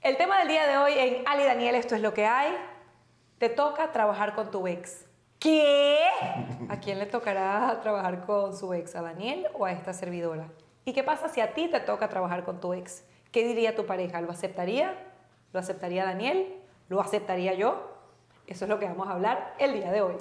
El tema del día de hoy en Ali Daniel, esto es lo que hay. Te toca trabajar con tu ex. ¿Qué? ¿A quién le tocará trabajar con su ex? ¿A Daniel o a esta servidora? ¿Y qué pasa si a ti te toca trabajar con tu ex? ¿Qué diría tu pareja? ¿Lo aceptaría? ¿Lo aceptaría Daniel? ¿Lo aceptaría yo? Eso es lo que vamos a hablar el día de hoy.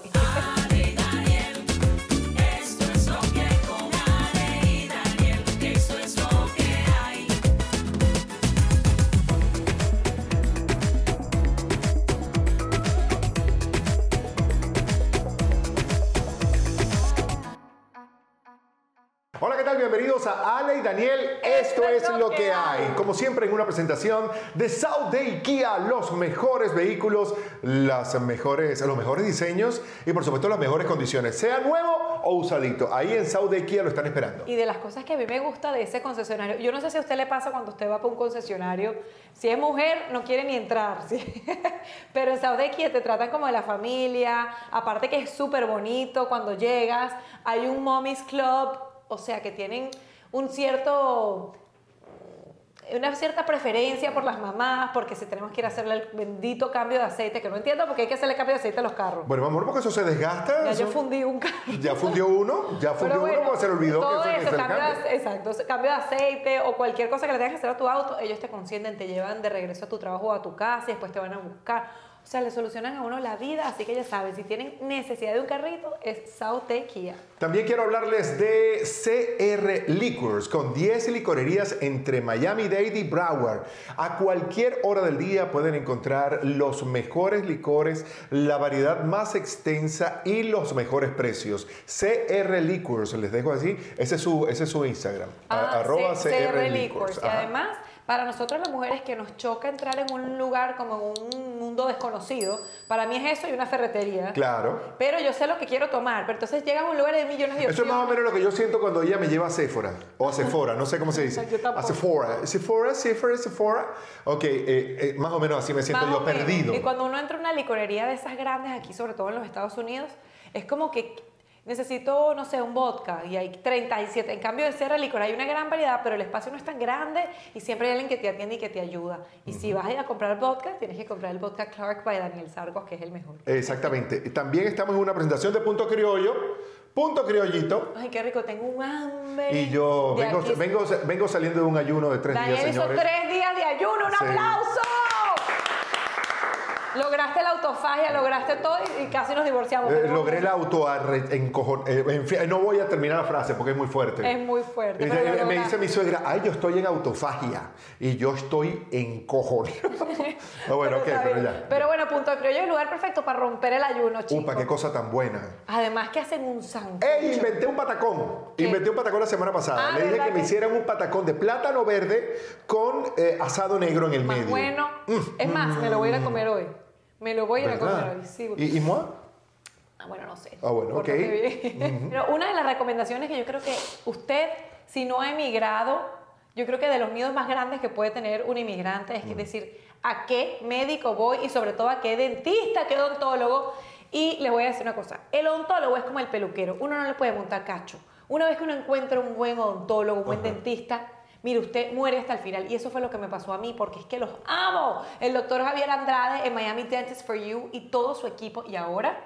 Hola, ¿qué tal? Bienvenidos a Ale y Daniel. Esto es lo que hay. Como siempre, en una presentación de South Day Kia, los mejores vehículos, las mejores, los mejores diseños y, por supuesto, las mejores condiciones. Sea nuevo o usadito. Ahí en South Day Kia lo están esperando. Y de las cosas que a mí me gusta de ese concesionario, yo no sé si a usted le pasa cuando usted va para un concesionario, si es mujer no quiere ni entrar, ¿sí? pero en Saudequia te tratan como de la familia, aparte que es súper bonito cuando llegas, hay un mommy's club, o sea que tienen un cierto una cierta preferencia por las mamás, porque si tenemos que ir a hacerle el bendito cambio de aceite, que no entiendo porque hay que hacerle cambio de aceite a los carros. Bueno, vamos, porque eso se desgasta. Ya yo Eso- fundí un carro. ya fundió uno, ya fundió Pero bueno, uno porque se le olvidó todo que eso hay que eso, hacer el cambio cambio. de, exacto, cambio de aceite o cualquier cosa que le tengas que hacer a tu auto, ellos te consienten, te llevan de regreso a tu trabajo o a tu casa y después te van a buscar. O sea, le solucionan a uno la vida, así que ya saben, si tienen necesidad de un carrito, es Saute Kia. También quiero hablarles de CR Liquors, con 10 licorerías entre Miami-Dade y Broward. A cualquier hora del día pueden encontrar los mejores licores, la variedad más extensa y los mejores precios. CR Liquors, les dejo así, ese es su, ese es su Instagram, a- Ah, arroba C- CR Liquors. Y Ajá. además, para nosotros las mujeres que nos choca entrar en un lugar como en un mundo desconocido, para mí es eso y una ferretería. Claro. Pero yo sé lo que quiero tomar, pero entonces llegas a un lugar de millones de Eso es más o opciones. menos lo que yo siento cuando ella me lleva a Sephora o a Sephora, no sé cómo se dice. Yo tampoco. A Sephora. Sephora, Sephora, Sephora. Ok, eh, eh, más o menos así me siento Más yo o menos. perdido. Y cuando uno entra a una licorería de esas grandes aquí, sobre todo en los Estados Unidos, es como que necesito, no sé, un vodka y hay 37. En cambio, de Sierra Licor hay una gran variedad, pero el espacio no es tan grande y siempre hay alguien que te atiende y que te ayuda. Y si vas a ir a comprar vodka, tienes que comprar el vodka Clark by Daniel Sargos, que es el mejor. Eh. Exactamente. También estamos en una presentación de Punto Criollo. Punto Criollito. Ay, qué rico, tengo un hambre. Y yo de vengo, aquí. vengo, vengo saliendo de un ayuno de tres Daniel días, hizo señores. tres días de ayuno, un Sí. aplauso. Lograste la autofagia, lograste todo y, y casi nos divorciamos. Eh, Pero- logré la auto no voy a terminar la frase porque es muy fuerte. Es muy fuerte, Y pero dice- lo me lograste. dice mi suegra, ay, yo estoy en autofagia y yo estoy en cojón. Ah, bueno, ok, está pero bien. ya. Pero bueno, punto de criollo es el lugar perfecto para romper el ayuno, chicos. Upa, qué cosa tan buena. Además que hacen un sancocho. ¡Ey! Inventé un patacón. ¿Qué? Inventé un patacón la semana pasada. Ah, Le dije ¿verdad que me que- hicieran un patacón de plátano verde con eh, asado negro en el Más medio. Mm. bueno. es más, me lo voy a ir a comer hoy. Me lo voy a ir a comer ¿Verdad? hoy. Sí, ¿Y, y moi? Ah, bueno, no sé. Ah, Por bueno, lo ok. que vi. Pero una de las recomendaciones que yo creo que usted, si no ha emigrado, yo creo que de los miedos más grandes que puede tener un inmigrante es que decir a qué médico voy y sobre todo a qué dentista, qué odontólogo. Y les voy a decir una cosa, el odontólogo es como el peluquero, uno no le puede montar cacho. Una vez que uno encuentra un buen odontólogo, un buen dentista, Mire, usted muere hasta el final. Y eso fue lo que me pasó a mí, porque es que los amo. El doctor Javier Andrade en Miami Dentist for You y todo su equipo. Y ahora,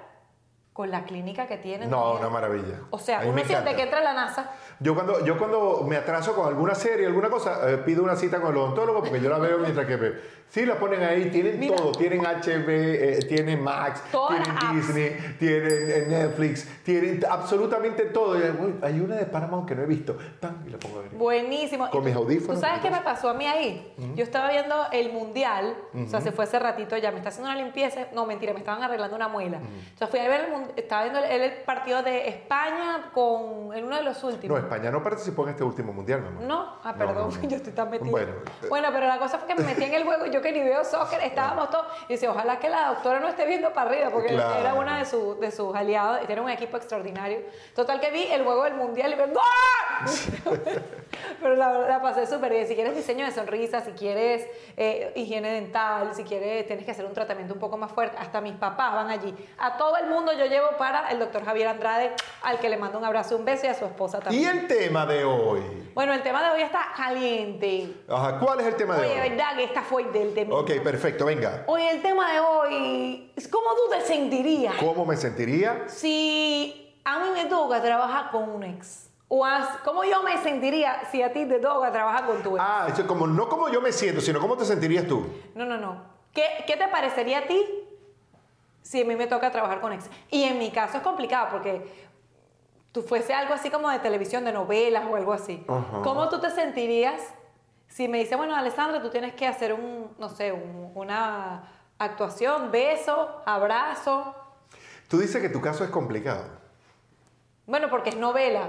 con la clínica que tienen. No, Daniel. una maravilla. O sea, A mí uno me siente encanta. que entra a la NASA. Yo cuando, yo cuando me atraso con alguna serie, alguna cosa, eh, pido una cita con el odontólogo porque yo la veo mientras que veo. Sí, la ponen ahí, tienen Mira. todo. Tienen HB, eh, tienen Max, Todas las tienen apps. Disney, tienen eh, Netflix, tienen absolutamente todo. Y, uy, hay una de Paramount que no he visto. Tan, y la pongo a ver. Buenísimo. Con Y- mis audífonos, ¿Tú sabes qué entonces. me pasó a mí ahí? Yo estaba viendo el mundial, o sea, se fue hace ratito ya, me está haciendo una limpieza, no, mentira, me estaban arreglando una muela. O sea, fui a ver el, mun- estaba viendo el, el partido de España con en uno de los No, últimos. España no participó en este último mundial, mi amor. No, ah, perdón, no, no. yo estoy tan metida. Bueno, Bueno, eh, pero la cosa fue que me metí en el juego, y yo que ni veo soccer, estábamos todos, y dice, ojalá que la doctora no esté viendo para arriba, porque Claro. era una de, su- de sus aliados, y tiene un equipo extraordinario. Total que vi el juego del mundial y me ¡Gol! pero la, verdad, la pasé súper bien. Si quieres diseño de sonrisa, si quieres eh, higiene dental, si quieres, tienes que hacer un tratamiento un poco más fuerte, hasta mis papás van allí. A todo el mundo yo llevo para el doctor Javier Andrade, al que le mando un abrazo, un beso y a su esposa Y también. el tema de hoy. Bueno, el tema de hoy está caliente. Ajá, ¿cuál es el tema de Oye, hoy? ¿verdad que esta fue del tema? Ok, perfecto, venga. Oye, el tema de hoy, es ¿cómo tú te sentirías ¿Cómo me sentiría? si a mí me toca trabajar con un ex? O as- ¿Cómo yo me sentiría si a ti te toca trabajar con tu ex? Ah, eso es como, no como yo me siento, sino cómo te sentirías tú. No, no, no. ¿Qué, qué te parecería a ti si a mí me toca trabajar con ex? Y en mi caso es complicado porque tú fuese algo así como de televisión, de novelas o algo así. Ajá. ¿Cómo tú te sentirías si me dice, bueno, Alessandra, tú tienes que hacer un, no sé, un- una actuación, beso, abrazo? Tú dices que tu caso es complicado. Bueno, porque es novela.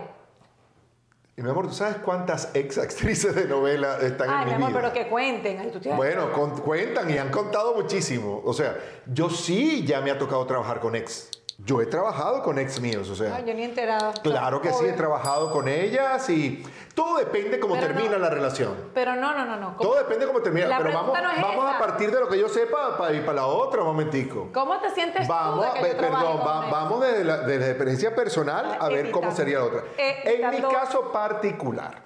Y mi amor, ¿tú sabes cuántas ex actrices de novela están Ay, en mi mi, amor, vida? pero que cuenten. Ay, tú tienes- Bueno, con- cuentan y han contado muchísimo. O sea, yo sí ya me ha tocado trabajar con ex. Yo he trabajado con ex míos, o sea. Ay, yo ni he enterado. Claro que sí, he Obvio. trabajado con ellas y todo depende cómo Pero no. termina la relación. Pero no, no, no, no. ¿Cómo, Todo depende cómo termina. La Pero vamos, pregunta no es vamos a esa. partir de lo que yo sepa para ir para la otra un momentico. cómo te sientes Vamos, tú? de que pe- yo trabaje perdón, con va- él? vamos desde la, desde la experiencia personal a Ah, ver cómo evitando. sería la otra. Eh, En mi evitando. caso particular,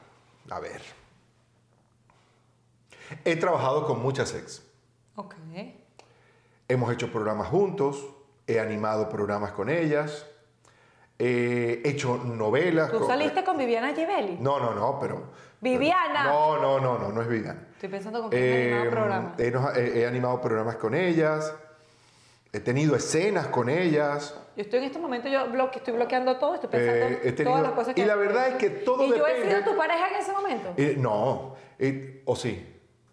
a ver, he trabajado con muchas ex. Ok. Hemos hecho programas juntos, he animado programas con ellas, eh, he hecho novelas. ¿Tú con- saliste con Viviana Givelli? No, no, no, pero... Viviana. No, no, no, no, no es Viviana. Estoy pensando con quién me animaba Eh, el programa. he nos- he- he animado programas con ellas, he tenido escenas con ellas. yo estoy en este momento, yo bloque, estoy bloqueando todo, estoy pensando Eh, he tenido- todas las cosas que... y la verdad es que todo ¿Y yo he depende- sido tu pareja en ese momento? Eh, no, eh, o sí.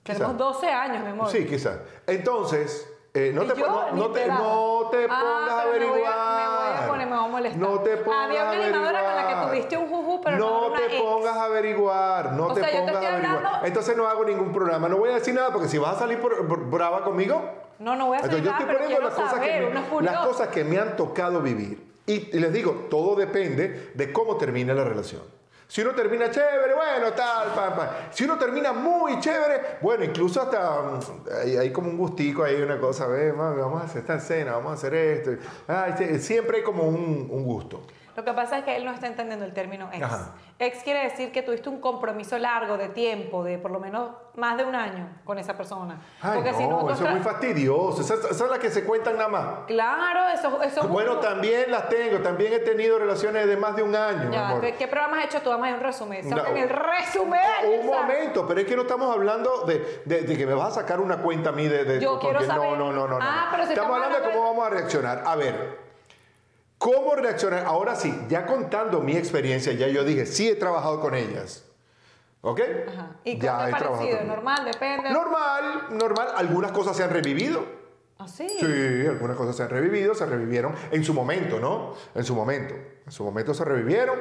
quizá. Tenemos 12 años, mi amor. Sí, quizás. Entonces, eh, no, Y te, yo pon- no, ni no te, enterada. no te Ah, pongas a pero me voy averiguar. a- me voy a poner- me voy a molestar. No te pongas Había a una animadora con la que averiguar. tuviste un juju, pero no no era una te ex. pongas a averiguar. No O te sea, yo te pongas a estoy averiguar. hablando- Entonces no hago ningún programa. No voy a decir nada porque si vas a salir por- por- brava conmigo, No, no voy a hacer entonces, yo nada, estoy pero poniendo quiero las cosas, saber, que uno es me, curioso. las cosas que me han tocado vivir. Y, y les digo, todo depende de cómo termina la relación. Si uno termina chévere, bueno, tal, pam, pam. Si uno termina muy chévere, bueno, incluso hasta mm, hay, hay como un gustico ahí, una cosa, ve, mami, vamos a hacer esta escena, vamos a hacer esto. Ay, sí, siempre hay como un, un gusto. Lo que pasa es que él no está entendiendo el término ex. Ajá. Ex quiere decir que tuviste un compromiso largo de tiempo, de por lo menos más de un año con esa persona. Ay, no, tú eso tra- es muy fastidioso. Esas esas son las que se cuentan nada más. Claro, eso, eso es Bueno, un- también las tengo, también he tenido relaciones de más de un año. mi Ya, amor. ¿qué- ¿Qué programas has hecho tú? Vamos a un resumen. No. Sacan el resumen. Un Elsa. momento, pero es que no estamos hablando de, de- de que me vas a sacar una cuenta a mí de... de- Yo quiero porque saber. No, no, no, no. no. Ah, pero si estamos estamos hablando de hablando cómo de- vamos a reaccionar. A ver, ¿cómo reaccionar? Ahora sí, ya contando mi experiencia, ya yo dije, sí he trabajado con ellas. ¿Ok? Ajá. ¿Y ya ya he te ha parecido? con- ¿Normal? ¿Depende? Normal, normal. Algunas cosas se han revivido. ¿Ah, sí? Sí, algunas cosas se han revivido, se revivieron en su momento, ¿no? En su momento. En su momento se revivieron,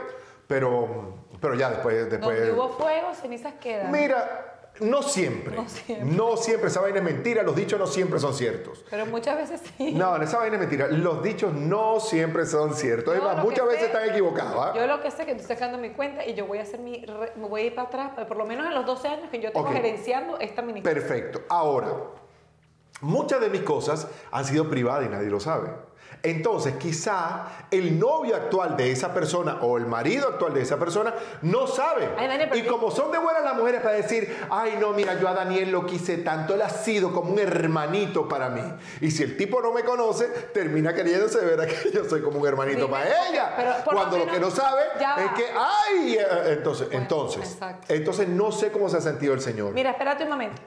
pero, pero ya después... después Donde hubo fuego, cenizas quedan. pues. Mira, no siempre. No siempre. No siempre. Esa vaina es mentira. Los dichos no siempre son ciertos. Pero muchas veces sí. No, esa vaina es mentira. Los dichos no siempre son No, ciertos. Es más, lo que muchas veces sé- están equivocados. ¿ah? Yo lo que sé es que estoy sacando mi cuenta y yo voy a hacer mi. re- me voy a ir para atrás, pero por lo menos a los 12 años que yo tengo Ok. gerenciando esta ministra. Perfecto. Ahora, muchas de mis cosas han sido privadas y nadie lo sabe. Entonces, quizá el novio actual de esa persona o el marido actual de esa persona no sabe. Ay, Daniel, pero y qué- como son de buenas las mujeres para decir, ay, no, mira, yo a Daniel lo quise tanto, él ha sido como un hermanito para mí. Y si el tipo no me conoce, termina queriéndose de ver que yo soy como un hermanito Dime, para ok, ella. pero por lo Cuando lo, menos- que no sabe Ya es va. que, ay, eh, entonces, Bueno, entonces, exacto. entonces no sé cómo se ha sentido el señor. Mira, espérate un momento.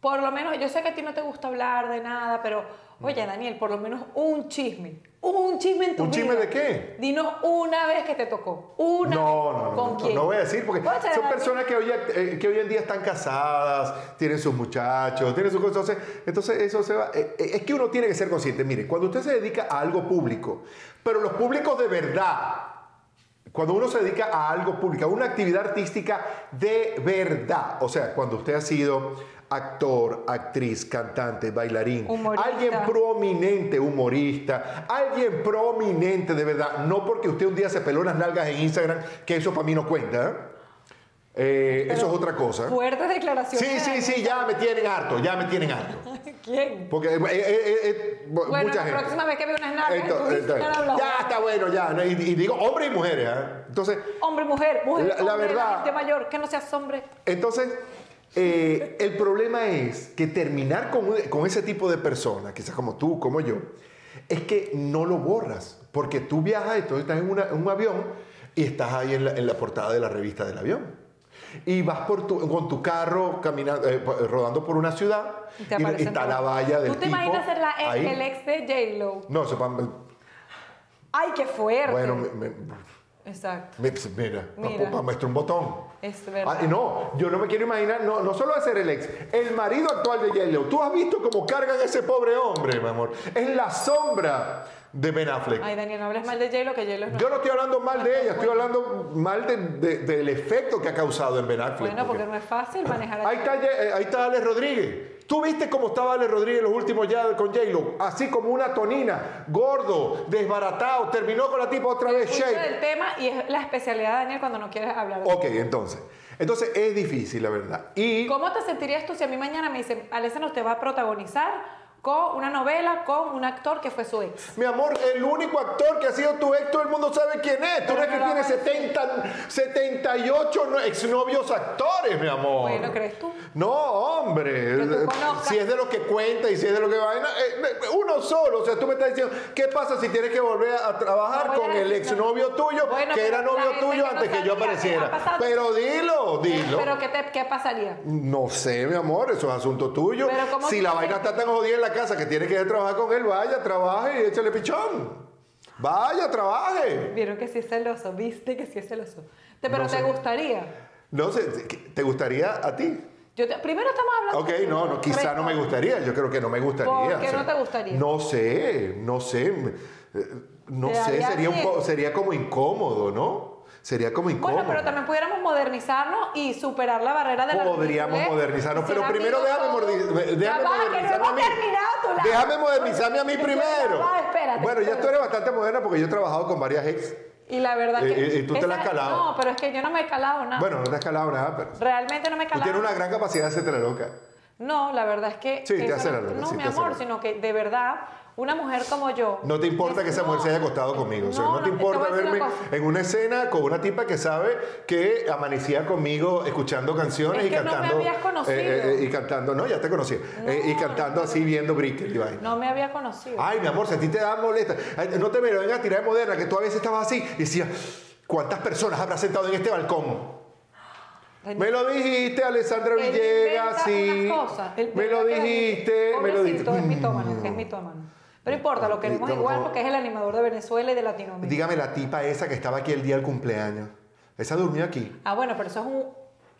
Por lo menos, yo sé que a ti no te gusta hablar de nada, pero oye, Daniel, por lo menos un chisme. Un chisme en tu ¿Un chisme vida. de qué? Dinos una vez que te tocó. Una vez. No, no, no, ¿Con no, quién? no voy a decir porque Cónchale, son Daniel. personas que hoy, eh, que hoy en día están casadas, tienen sus muchachos, tienen sus cosas. Entonces, entonces eso se va. eh, eh, es que uno tiene que ser consciente. Mire, cuando usted se dedica a algo público, pero los públicos de verdad, cuando uno se dedica a algo público, a una actividad artística de verdad, o sea, cuando usted ha sido actor, actriz, cantante, bailarín, Humorista. alguien prominente, humorista, alguien prominente de verdad, no porque usted un día se peló las nalgas en Instagram, que eso para mí no cuenta, ¿eh? Eh, eso es otra cosa. Fuertes declaraciones. Sí, sí, sí, ya me tienen harto, ya me tienen harto. ¿Quién? Porque eh, eh, eh, bu- Bueno, mucha la gente. próxima vez pues, que veo unas nalgas, Esto- tú dices, esto- "Cara blanca". ya está bueno, ya. ¿no? Y, y digo hombres y mujeres. ¿ah? Entonces, Hombre, mujer, mujer, La- la hombre, verdad- gente mayor, que no seas hombre. Entonces, eh, el problema es que terminar con, con ese tipo de personas, quizás como tú, como yo, es que no lo borras. Porque tú viajas, entonces estás en, una- en un avión y estás ahí en la, en la portada de la revista del avión. Y vas por tu- con tu carro caminando, eh, po- rodando por una ciudad Y y, te aparecen está todos. la valla del ¿Tú te tipo imaginas ser la ex- ahí. el ex de J-Lo? No, eso pa- ¡Ay, qué fuerte! bueno, me- me- Exacto. me- mira, Mira. Pa, pa- muestra un botón. Es verdad. Ah, no, yo no me quiero imaginar, no, no solo va a ser el ex, el marido actual de Yellow. Tú has visto cómo cargan a ese pobre hombre, mi amor. Es la sombra de Ben Affleck. Ay, Daniel, no hables mal de J-Lo, que J-Lo es Ah, Yo no estoy hablando mal de ella, estoy hablando mal de- de- del efecto que ha causado en Ben Affleck. Bueno, porque Porque- no es fácil manejar a Ahí está, Ye- eh, ahí está Alex Rodríguez. ¿Tú viste cómo estaba Alex Rodríguez los últimos ya con J-Lo? Así como una tonina, gordo, desbaratado, terminó con la tipa otra vez, Escucha Shake. del tema y es la especialidad de Daniel cuando no quieres hablar. de- Ok, entonces. Entonces es difícil, la verdad. Y ¿Cómo te sentirías tú si a mí mañana me dicen, Alessandra, usted va a protagonizar con una novela con un actor que fue su ex? Mi amor, el único actor que ha sido tu ex, todo el mundo sabe quién es. Tú no es que tienes 70, 78 no- exnovios actores, mi amor. Bueno, ¿crees tú? No, hombre. Que tú conozcas. Si es de lo que cuenta y si es de lo que vaina, eh, uno solo. O sea, tú me estás diciendo, ¿qué pasa si tienes que volver a trabajar No voy a con el decir exnovio tuyo, Bueno, que pero era la novio gente tuyo que no antes que sabía, yo ha apareciera? pasado. Pero dilo, dilo. ¿Pero qué, te, qué pasaría? No sé, mi amor, eso es asunto tuyo. Pero ¿cómo si tú la no vaina sabes? está tan jodida en la casa que tiene que ir a trabajar con él, vaya, trabaje y échale pichón. Vaya, trabaje. Vieron que sí es celoso, viste que sí es celoso. Te- pero No te sé. gustaría. No sé, ¿te gustaría a ti? Yo te- primero estamos hablando. Ok, no, no, quizá no me gustaría. Yo creo que no me gustaría. ¿Por qué o sea, no te gustaría? No sé, no sé. eh, No ¿Te sé, daría sería, un po- miedo? sería como incómodo, ¿no? Sería como incómodo. Bueno, pero también pudiéramos modernizarnos y superar la barrera de la ¿Eh? Podríamos ridiculez, modernizarnos, ser pero primero amigos déjame, todos. mordi- Ya va, déjame que no modernizarme hemos a mí. terminado tu lado. Déjame modernizarme a mí Ya primero. va, espérate, bueno, ya espérate. tú eres bastante moderna porque yo he trabajado con varias ex. Y la verdad Eh, que. eh, tú te la has calado. No, pero es que yo no me he calado nada. Bueno, no te has calado nada, pero Realmente no me he tú Ah. calado. tienes una gran capacidad de hacerte la loca. No, la verdad es que. Sí, te eso hace no- la loca, No, sí, mi te hace amor, la sino que de verdad, una mujer como yo. No te importa que esa mujer se haya acostado conmigo. o sea, no, te importa voy a decir una verme cosa. en una escena con una tipa que sabe que amanecía conmigo escuchando canciones Es y que no me cantando. habías conocido. eh, eh, y cantando, no, ya te conocí. Eh, y No, cantando no. así viendo Brickell y vaina. No me había conocido. Ay, mi amor, si a ti te da molesta. Ay, No te me lo vengas a tirar de moderna, que tú a veces estabas así y decías, ¿cuántas personas habrás sentado en este balcón? Me lo dijiste, Alessandra Él inventa Villegas, sí. unas cosas. Él- Me lo él- él- dijiste, me lo dijiste. Mm. pobrecito, es mitómano, es mitómano. Pero importa, lo queremos Como- igual como- porque es el animador de Venezuela y de Latinoamérica. Dígame la tipa esa que estaba aquí el día del cumpleaños. Esa durmió aquí. Ah, bueno, pero eso es un,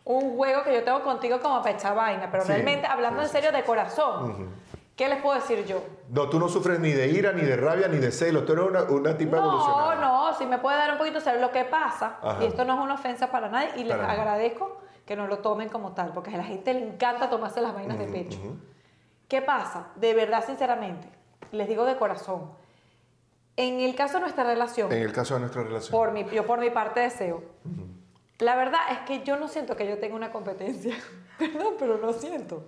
un juego que yo tengo contigo como para echar vaina. Pero Sí, realmente, hablando en serio de corazón, ¿qué les puedo decir yo? No, tú no sufres ni de ira, ni de rabia, ni de celo. Tú eres una, una tipa No, evolucionada. no, si me puede dar un poquito saber lo que pasa. Ajá. Y esto no es una ofensa para nadie y les Para nada. agradezco que no lo tomen como tal, porque a la gente le encanta tomarse las vainas de pecho. ¿Qué pasa? De verdad, sinceramente, les digo de corazón. En el caso de nuestra relación, En el caso de nuestra relación. por mi, yo por mi parte deseo. La verdad es que yo no siento que yo tenga una competencia. Perdón, pero no siento.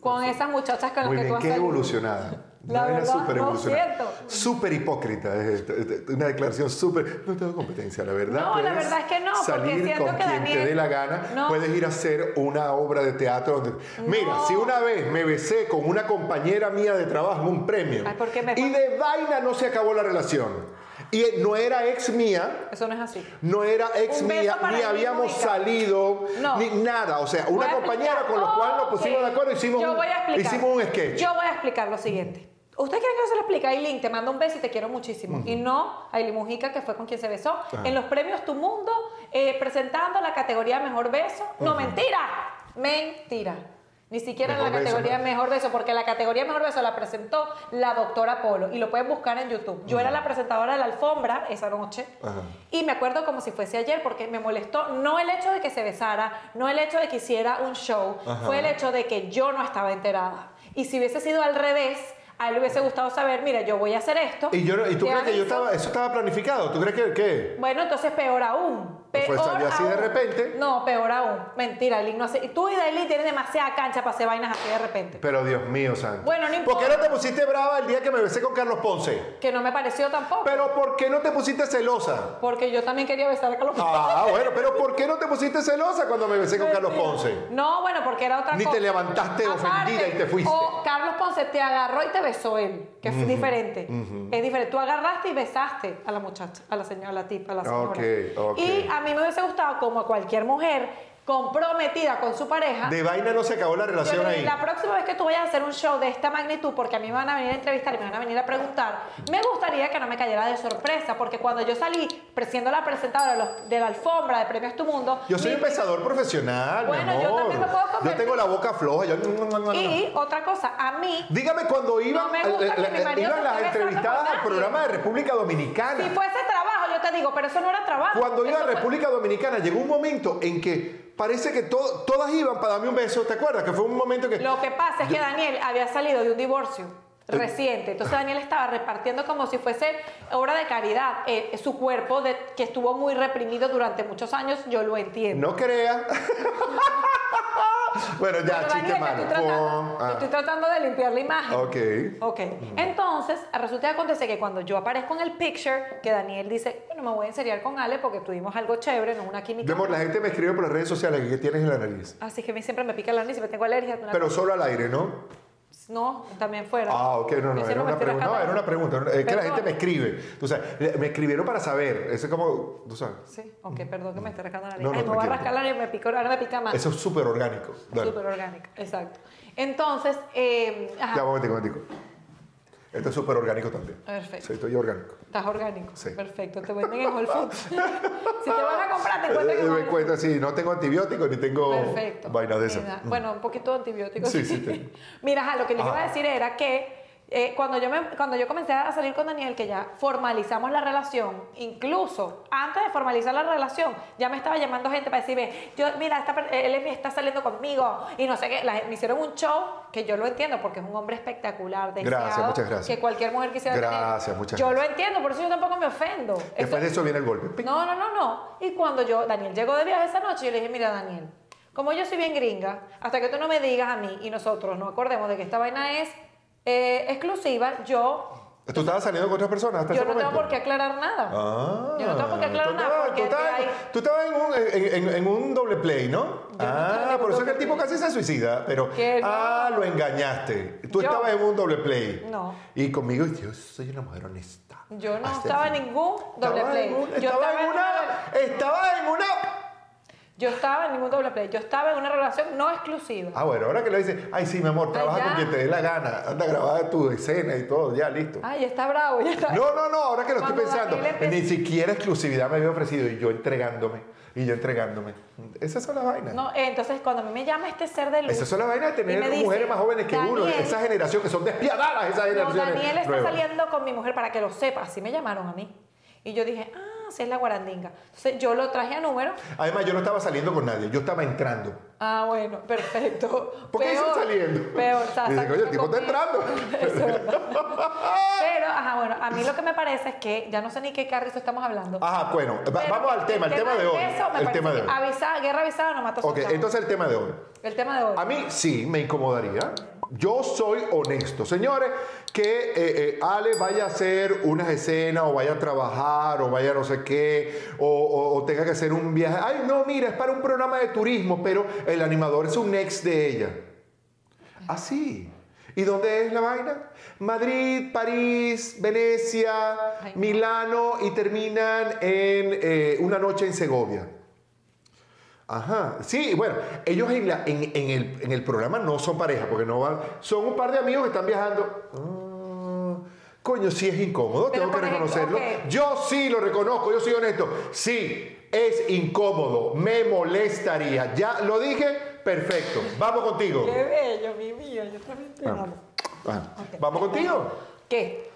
Con esas muchachas con las Muy que tú bien, has qué salido. evolucionada. La Una vaina verdad, súper no evolucionada. siento. Súper hipócrita. es esto, es esto, Una declaración súper. No tengo competencia, la verdad. No, la puedes verdad es que no, porque Salir siento con que quien te Daniel- dé la gana. No. Puedes ir a hacer una obra de teatro. donde- Mira, si una vez me besé con una compañera mía de trabajo, en un premio. Ay, ¿por qué me- Y de vaina no se acabó la relación. Y no era ex mía. Eso no es así. No era ex Un beso mía, para ni ti, habíamos Mónica. salido, No. ni nada. O sea, Voy una a compañera explicar. con la cual nos pusimos Ok. de acuerdo, hicimos, Yo un, voy a explicar. hicimos un sketch. Yo voy a explicar lo siguiente. ¿Ustedes quieren que yo se lo explique? Aileen, te mando un beso y te quiero muchísimo. Y no Aileen Mujica, que fue con quien se besó, en los premios Tu Mundo, eh, presentando la categoría Mejor Beso. No, mentira. Mentira. Ni siquiera en la Mejor beso, categoría ¿no? Mejor Beso, porque la categoría Mejor Beso la presentó la doctora Polo. Y lo pueden buscar en YouTube. Yo era la presentadora de la alfombra esa noche. Ajá. Y me acuerdo como si fuese ayer, porque me molestó no el hecho de que se besara, no el hecho de que hiciera un show, Ajá. fue el hecho de que yo no estaba enterada. Y si hubiese sido al revés, a él le hubiese gustado saber, mira, yo voy a hacer esto. Y, yo, no- y tú te crees que yo aviso. estaba, eso estaba planificado. ¿Tú crees que qué? Bueno, entonces peor aún. Pues Peor salió así aún. de repente. No, peor aún. Mentira, Daily no hace. y Tú y Daily tienen demasiada cancha para hacer vainas así de repente. Pero Dios mío, santo. Bueno, no ¿Por qué no importa. te pusiste brava el día que me besé con Carlos Ponce? Que no me pareció tampoco. Pero ¿por qué no te pusiste celosa? Porque yo también quería besar a Carlos Ah, bueno, pero ¿por qué no te pusiste celosa cuando me besé con Carlos Ponce? No, bueno, porque era otra Ni te cosa. levantaste ofendida y te fuiste. O Carlos Ponce te agarró y te besó él, que es diferente. Es diferente. Tú agarraste y besaste a la muchacha, a la señora, a la tipa, a la señora. Ok, ok. Y a mí me hubiese gustado, como a cualquier mujer comprometida con su pareja, De vaina no se acabó yo la le relación dije, ahí. la próxima vez que tú vayas a hacer un show de esta magnitud, porque a mí me van a venir a entrevistar y me van a venir a preguntar, me gustaría que no me cayera de sorpresa, porque cuando yo salí pre- siendo la presentadora de, los- de la alfombra de Premios Tu Mundo, Yo soy mi- un pensador profesional, mi Bueno, yo amor. también me puedo comer. Yo tengo la boca floja. yo- Y otra cosa, a mí Dígame cuando iban, me gusta eh, que eh, mi marido iban se las esté besando con entrevistadas al nadie. programa de República Dominicana. Si fuese trabajo, yo te digo, pero eso no era trabajo. Cuando iba Eso a fue- República Dominicana llegó un momento en que parece que to- todas iban para darme un beso, ¿te acuerdas? Que fue un momento que... Lo que pasa es que Daniel había salido de un divorcio reciente. Entonces Daniel estaba repartiendo como si fuese obra de caridad eh, su cuerpo de- que estuvo muy reprimido durante muchos años. Yo lo entiendo. No crea. bueno, ya, Pero chiste Daniel, que malo. estoy tratando, Pon- ah, yo estoy tratando de limpiar la imagen. Ok. Mm. Ok, entonces resulta que acontece que cuando yo aparezco en el picture, que Daniel dice, bueno, me voy a enseriar con Ale porque tuvimos algo chévere, no una química. Vemos, la gente me escribe por las redes sociales que qué tienes en la nariz. Así que a mí siempre me pica la nariz y me tengo alergia. una Pero solo al aire, ¿no? Pues, No, también fuera. Ah, ok, no, no, Hicieron era una, vestir a pregunta, no, cada era una uno. pregunta. Es que la Perdón. gente me escribe. Tú sabes, le- me escribieron para saber. Eso es como, tú sabes, Sí, ok, perdón que me esté rascando la nariz. No, no, Ay, me voy a tranquilo. rascar la nariz, me pico, ahora me pica más. eso es súper orgánico. Dale. Súper orgánica, exacto. Entonces, eh, ajá, Ya, un momentico, un momentico. Esto es súper orgánico también. Perfecto. Sí, estoy orgánico. estás orgánico. Sí. Perfecto, te venden en Whole Foods. si te van a comprar, te encuentran Eh, en me Whole Foods. encuentro así, no tengo antibióticos ni tengo Perfecto. vainas de Mira, esas. Mm. Bueno, un poquito de antibióticos. Sí, sí, tengo. Mira, ajá, lo que les Ajá. iba a decir era que eh, cuando, yo me- cuando yo comencé a salir con Daniel, que ya formalizamos la relación, incluso antes de formalizar la relación, ya me estaba llamando gente para decirme, yo, mira, esta per- él es mi- está saliendo conmigo y no sé qué. La- me hicieron un show que yo lo entiendo porque es un hombre espectacular, deseado, Gracias, muchas gracias. que cualquier mujer quisiera Gracias, tener. muchas Yo gracias. lo entiendo, por eso yo tampoco me ofendo. Esto- Después de eso viene el golpe. Pic. no, no, no, no. Y cuando yo, Daniel llegó de viaje esa noche, yo le dije, mira, Daniel, como yo soy bien gringa, hasta que tú no me digas a mí y nosotros nos acordemos de que esta vaina es eh, exclusiva, yo, ¿Tú estabas saliendo con otras personas hasta yo ese no tengo momento? por qué aclarar nada. Ah, yo no tengo por qué aclarar tú nada. estabas- porque tú estabas, de ahí- tú estabas en, un, en- en- en un doble play, ¿no? estaba en ah, ningún por eso es que doble el tipo play. casi se suicida, pero... Que no. Ah, lo engañaste. Tú Yo- estabas en un doble play. No. Y conmigo, yo soy una mujer honesta. Yo no Hasta el estaba en fin. ningún doble Ah, Estaba play. en un- yo estaba en una... Estaba en una... Yo estaba en ningún doble play. Yo estaba en una relación no exclusiva. Ah, bueno, ahora que lo dice, ay, sí, mi amor, trabaja ya. con quien te dé la gana, anda grabada tu escena y todo, ya, listo. Ay, ya está bravo, ya está. No, no, no, ahora que lo estoy Ah, Cuando pensando, Daniel empezó- ni siquiera exclusividad me había ofrecido y yo entregándome, y yo entregándome. Esas son las vainas. No, eh, entonces cuando a mí me llama este ser de luz. Esas son las vainas de y tener me dice, mujeres más jóvenes que uno, "Daniel, esa generación que son despiadadas, esas No, generaciones. Daniel está nuevas. saliendo con mi mujer para que lo sepa. Así me llamaron a mí. Y yo dije, ah, sí es la guarandinga. Entonces yo lo traje a número. Además, yo no estaba saliendo con nadie, yo estaba entrando. Ah, bueno, perfecto. ¿Por qué dicen Peor, saliendo? Peor, o sea, Dicen, está "Oye, el tipo está conmigo". entrando. Eso es verdad. Pero, ajá, bueno, a mí lo que me parece es que ya no sé ni qué carrizo estamos hablando. Ajá, bueno, Ah, va- Pero vamos al tema, el tema de del hoy. beso me El parece tema de que hoy. avisa- guerra avisada no mata Ok, soldado. entonces el tema de hoy. El tema de hoy. A mí sí me incomodaría. Yo soy honesto, señores, que eh, eh, Ale vaya a hacer unas escenas o vaya a trabajar o vaya no sé qué o, o- o tenga que hacer un viaje. Ay, no, mira, es para un programa de turismo, pero el animador es un ex de ella. Así. ¿Y dónde es la vaina? Madrid, París, Venecia, Ay, no. Milano y terminan en eh, una noche en Segovia. Ajá, sí, bueno, ellos en, la- en- en el, en el programa no son pareja, porque no van, son un par de amigos que están viajando. Ah, coño, sí es incómodo, Pero, tengo que por ejemplo, reconocerlo. ok. Yo sí lo reconozco, yo soy honesto. Sí, es incómodo, me molestaría. Ya lo dije, perfecto, vamos contigo. Qué bello, mi mío, yo también te Ah, amo. ah, Ok. Vamos contigo. ¿Qué?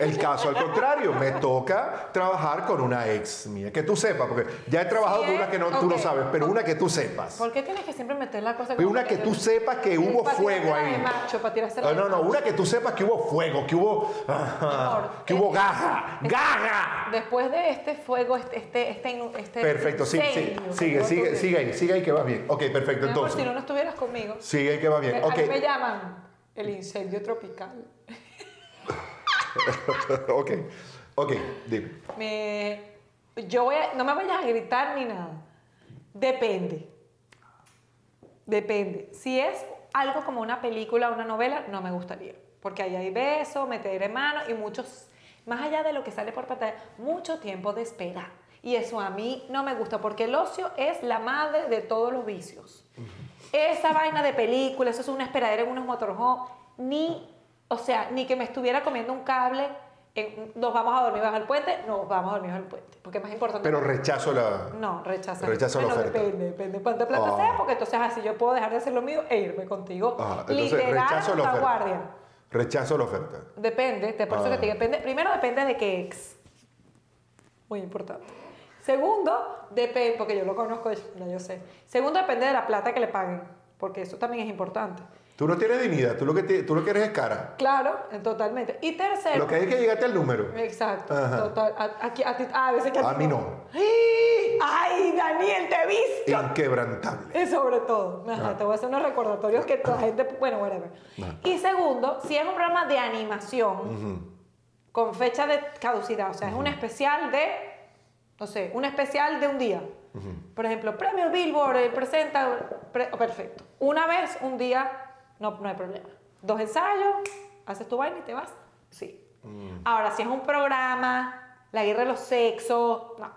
El caso al contrario, me toca trabajar con una ex mía, que tú sepas, porque ya he trabajado Sí, con ¿eh? una que no, tú no Ok. sabes, pero una que tú sepas. ¿Por qué tienes que siempre meter la cosa Pero una que tú sepas que hubo Para fuego tirársela de ahí. macho, para tirársela No, de no, no, macho. una que tú sepas que hubo fuego, que hubo. ajá, Amor, que eh, hubo gaja, gaja. Después de este fuego, este, este, este, inu- este Perfecto, sí, sí. incendio que Sigue, hubo sigue, tú- sigue ahí, sigue ahí que vas bien. Ok, perfecto, Mi amor, si entonces. no, no estuvieras conmigo. Sigue ahí que vas bien. Me- a mí me Ok, llaman el incendio tropical. ok, ok, dime. Me, yo voy a- no me vayas a gritar ni nada. Depende. Depende. Si es algo como una película, una novela, no me gustaría. Porque ahí hay besos, meter en mano y muchos, más allá de lo que sale por pantalla, mucho tiempo de espera. Y eso a mí no me gusta, porque el ocio es la madre de todos los vicios. Esa vaina de película, eso es una esperadera en unos motorhomes, ni, o sea, ni que me estuviera comiendo un cable, en- nos vamos a dormir bajo el puente, nos vamos a dormir bajo el puente, porque es más importante. Pero rechazo la. No, rechaza. Rechazo la Bueno, oferta. Depende, depende de cuánta plata Ah. sea, porque entonces así yo puedo dejar de hacer lo mío e irme contigo. Ah, entonces Literal, rechazo la hasta oferta. guardia. Rechazo la oferta. Depende, te por eso Ah. que te digo, depende. Primero depende de qué ex. Muy importante. Segundo, depende, porque yo lo conozco, ya yo sé. Segundo, depende de la plata que le paguen, porque eso también es importante. Tú no tienes dignidad, tú lo que, te- tú lo que eres es cara. Claro, totalmente. Y tercero. Lo que hay es que llegaste al número. Exacto, Ajá. total. A, aquí- a ti- ah, a veces que A ti mí ¡Ay, Daniel, te he visto! Inquebrantable. Y sobre todo, ajá, Ah. te voy a hacer unos recordatorios que toda la gente, bueno, whatever. Ah. Mm. Y segundo, si es un programa de animación con fecha de caducidad, o sea, es un especial de, no sé, un especial de un día. Por ejemplo, premio Billboard eh, presenta, pre- oh, perfecto. Una vez, un día, no, no hay problema. Dos ensayos, haces tu vaina y te vas, sí. Mm. Ahora, si es un programa, la guerra de los sexos, no,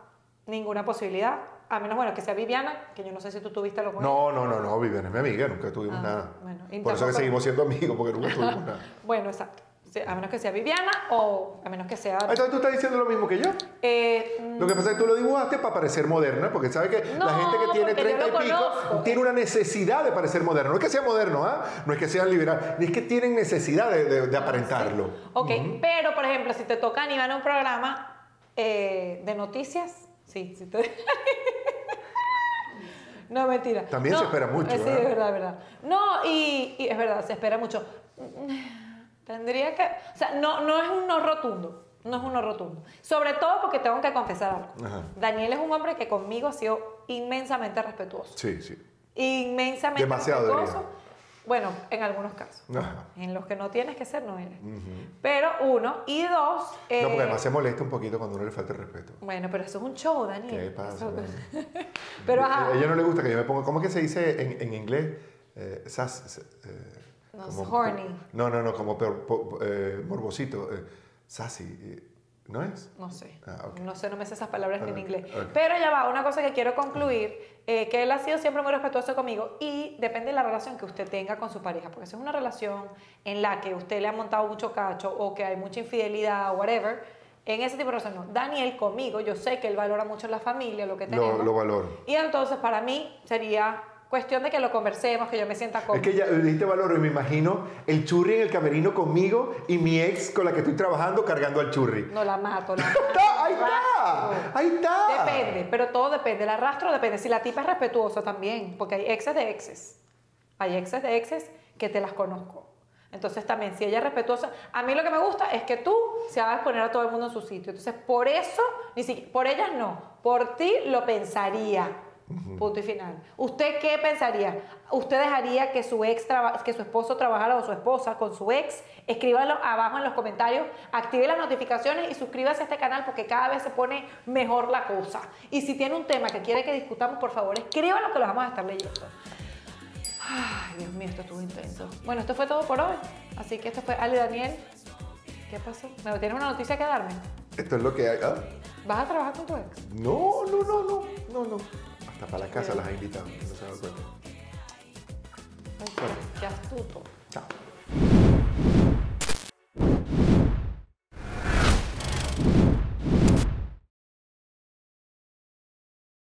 ninguna posibilidad. A menos, bueno, que sea Viviana, que yo no sé si tú tuviste lo bueno. No, no, no, no, Viviana es mi amiga, nunca tuvimos Ah, nada. bueno, y Por eso que tampoco- seguimos siendo amigos, porque nunca tuvimos nada. Bueno, exacto. Sí, A menos que sea Viviana o a menos que sea... Ah, Entonces tú estás diciendo lo mismo que yo. Eh, mm, Lo que pasa es que tú lo dibujaste para parecer moderna, porque sabes que la No, gente que tiene porque yo 30 y lo pico conozco. tiene una necesidad de parecer moderno. No es que sea moderno, ¿ah? No es que sea liberal, es que tienen necesidad de, de- de aparentarlo. ok, pero por ejemplo, si te toca animar un programa eh, de noticias, sí, sí te- No, mentira. También No, se espera mucho, eh, Sí, ¿verdad? es verdad, es verdad. No, y, y es verdad, se espera mucho. Tendría que... O sea, no, no es un no rotundo. No es un no rotundo. Sobre todo porque tengo que confesar algo. Ajá. Daniel es un hombre que conmigo ha sido inmensamente respetuoso. Sí, sí. inmensamente Demasiado, respetuoso. diría. Bueno, en algunos casos. Ajá. En los que no tienes que ser, no eres. Pero uno. Y dos. eh, No, porque además se molesta un poquito cuando uno le falta el respeto. Bueno, pero eso es un show, Daniel. ¿Qué pasa? Eh, Eso- man? pero A ajá. ella no le gusta que yo me ponga. ¿Cómo es que se dice en, en inglés? Eh, sas- s- eh, No, horny. No, no, no, como per- po- eh, morbosito. eh, sassy. eh, ¿No es? No sé. Ah, ok. No sé, no me sé esas palabras ni en Ah, inglés. ok. Pero ya va, una cosa que quiero concluir, eh, que él ha sido siempre muy respetuoso conmigo y depende de la relación que usted tenga con su pareja, porque si es una relación en la que usted le ha montado mucho cacho o que hay mucha infidelidad o whatever, en ese tipo de relación no. Daniel conmigo, yo sé que él valora mucho la familia, lo que tenemos. Lo, lo valoro. Y entonces para mí sería cuestión de que lo conversemos, que yo me sienta cómoda. Es que ya le dijiste valoro y me imagino el churri en el camerino conmigo y mi ex con la que estoy trabajando cargando al churri. No la mato, la ¡Está! mato. ¡Ahí Arrastro. está! ¡Ahí está! Depende, pero todo depende. El arrastro depende. Si la tipa es respetuosa también, porque hay exes de exes. Hay exes de exes que te las conozco. Entonces también, si ella es respetuosa, a mí lo que me gusta es que tú se hagas poner a todo el mundo en su sitio. Entonces, por eso, ni siquiera, por ellas no, por ti lo pensaría. Punto y final. ¿Usted qué pensaría? ¿Usted dejaría que su ex traba- que su esposo trabajara o su esposa con su ex? Escríbalo abajo en los comentarios, active las notificaciones y suscríbase a este canal porque cada vez se pone mejor la cosa. Y si tiene un tema que quiere que discutamos, por favor, escríbalo que lo vamos a estar leyendo. Ay, Dios mío, esto estuvo intenso. Bueno, esto fue todo por hoy. Así que esto fue Ale Daniel. ¿Qué pasó? ¿Me tienes una noticia que darme? Esto es lo que hay. ¿ah? ¿Vas a trabajar con tu ex? No, no, no, no, no, no. Hasta para la casa las ha invitado, no se da cuenta. Ay, qué astuto.